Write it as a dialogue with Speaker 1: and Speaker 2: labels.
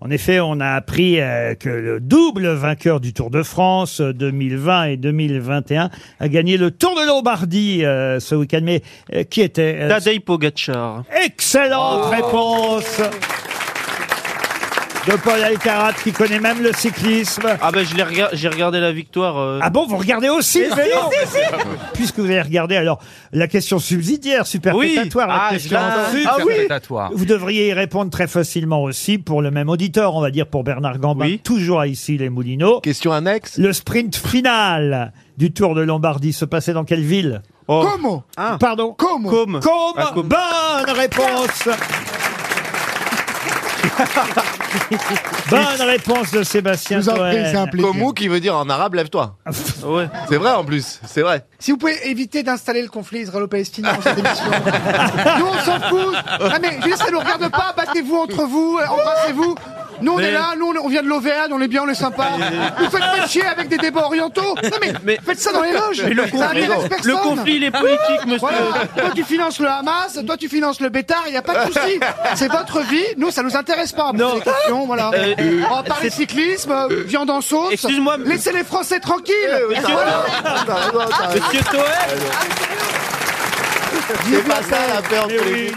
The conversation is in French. Speaker 1: En effet, on a appris euh, que le double vainqueur du Tour de France euh, 2020 et 2021 a gagné le Tour de Lombardie euh, ce week-end. Mais euh, qui était euh,
Speaker 2: Tadej Pogacar. Oh.
Speaker 1: Excellente réponse de Paul Alcarat qui connaît même le cyclisme.
Speaker 2: Ah ben je l'ai rega- j'ai regardé la victoire. euh,
Speaker 1: Ah bon, vous regardez aussi le vélo Puisque vous avez regardé, alors, la question subsidiaire, superpétatoire, la
Speaker 2: ah, je
Speaker 1: question
Speaker 2: l'ai-
Speaker 1: ensuite.
Speaker 2: ah oui.
Speaker 1: Vous devriez y répondre très facilement aussi pour le même auditeur, on va dire pour Bernard Gambin,
Speaker 2: Oui.
Speaker 1: toujours à ici les Moulineaux.
Speaker 3: Question annexe.
Speaker 1: Le sprint final du Tour de Lombardie se passait dans quelle ville
Speaker 2: Oh.
Speaker 4: Como
Speaker 2: Ah.
Speaker 1: Pardon
Speaker 4: Como
Speaker 2: Comme.
Speaker 1: Comme,
Speaker 2: Ah, Côme.
Speaker 1: Bonne réponse Bonne réponse de
Speaker 4: Je
Speaker 1: Sébastien
Speaker 4: vous en prie,
Speaker 1: Toen.
Speaker 4: c'est un plaisir.
Speaker 3: Komu qui veut dire en arabe lève-toi.
Speaker 2: Ouais.
Speaker 3: C'est vrai en plus, c'est vrai.
Speaker 4: Si vous pouvez éviter d'installer le conflit israélo-palestinien dans cette émission. nous, on s'en fout. Ah, mais je veux dire, ça nous regarde pas. Battez-vous entre vous, euh, embrassez-vous. Nous, on
Speaker 2: Mais-
Speaker 4: est là, nous, on est- on vient de l'Auvergne, on est bien, on est sympa. Vous faites pas chier avec des débats orientaux. Non, mais,
Speaker 2: Mais-
Speaker 4: faites ça dans les loges.
Speaker 2: Mais le
Speaker 4: ça
Speaker 2: conflit,
Speaker 4: intéresse personne.
Speaker 2: le conflit, euh, il est politique, monsieur.
Speaker 4: Voilà, toi tu finances le Hamas, toi tu finances le Bétard, il n'y a pas de souci. C'est votre vie, nous ça nous intéresse pas.
Speaker 2: Non.
Speaker 4: Non. Questions, voilà.
Speaker 2: Euh,
Speaker 4: On va parler cyclisme, euh, viande en sauce.
Speaker 2: Excuse-moi, mais-
Speaker 4: Laissez les Français tranquilles.
Speaker 3: T'as raison, t'as raison, t'as raison.
Speaker 2: Monsieur Toer
Speaker 3: C'est pas ça la peur
Speaker 1: Mais oui,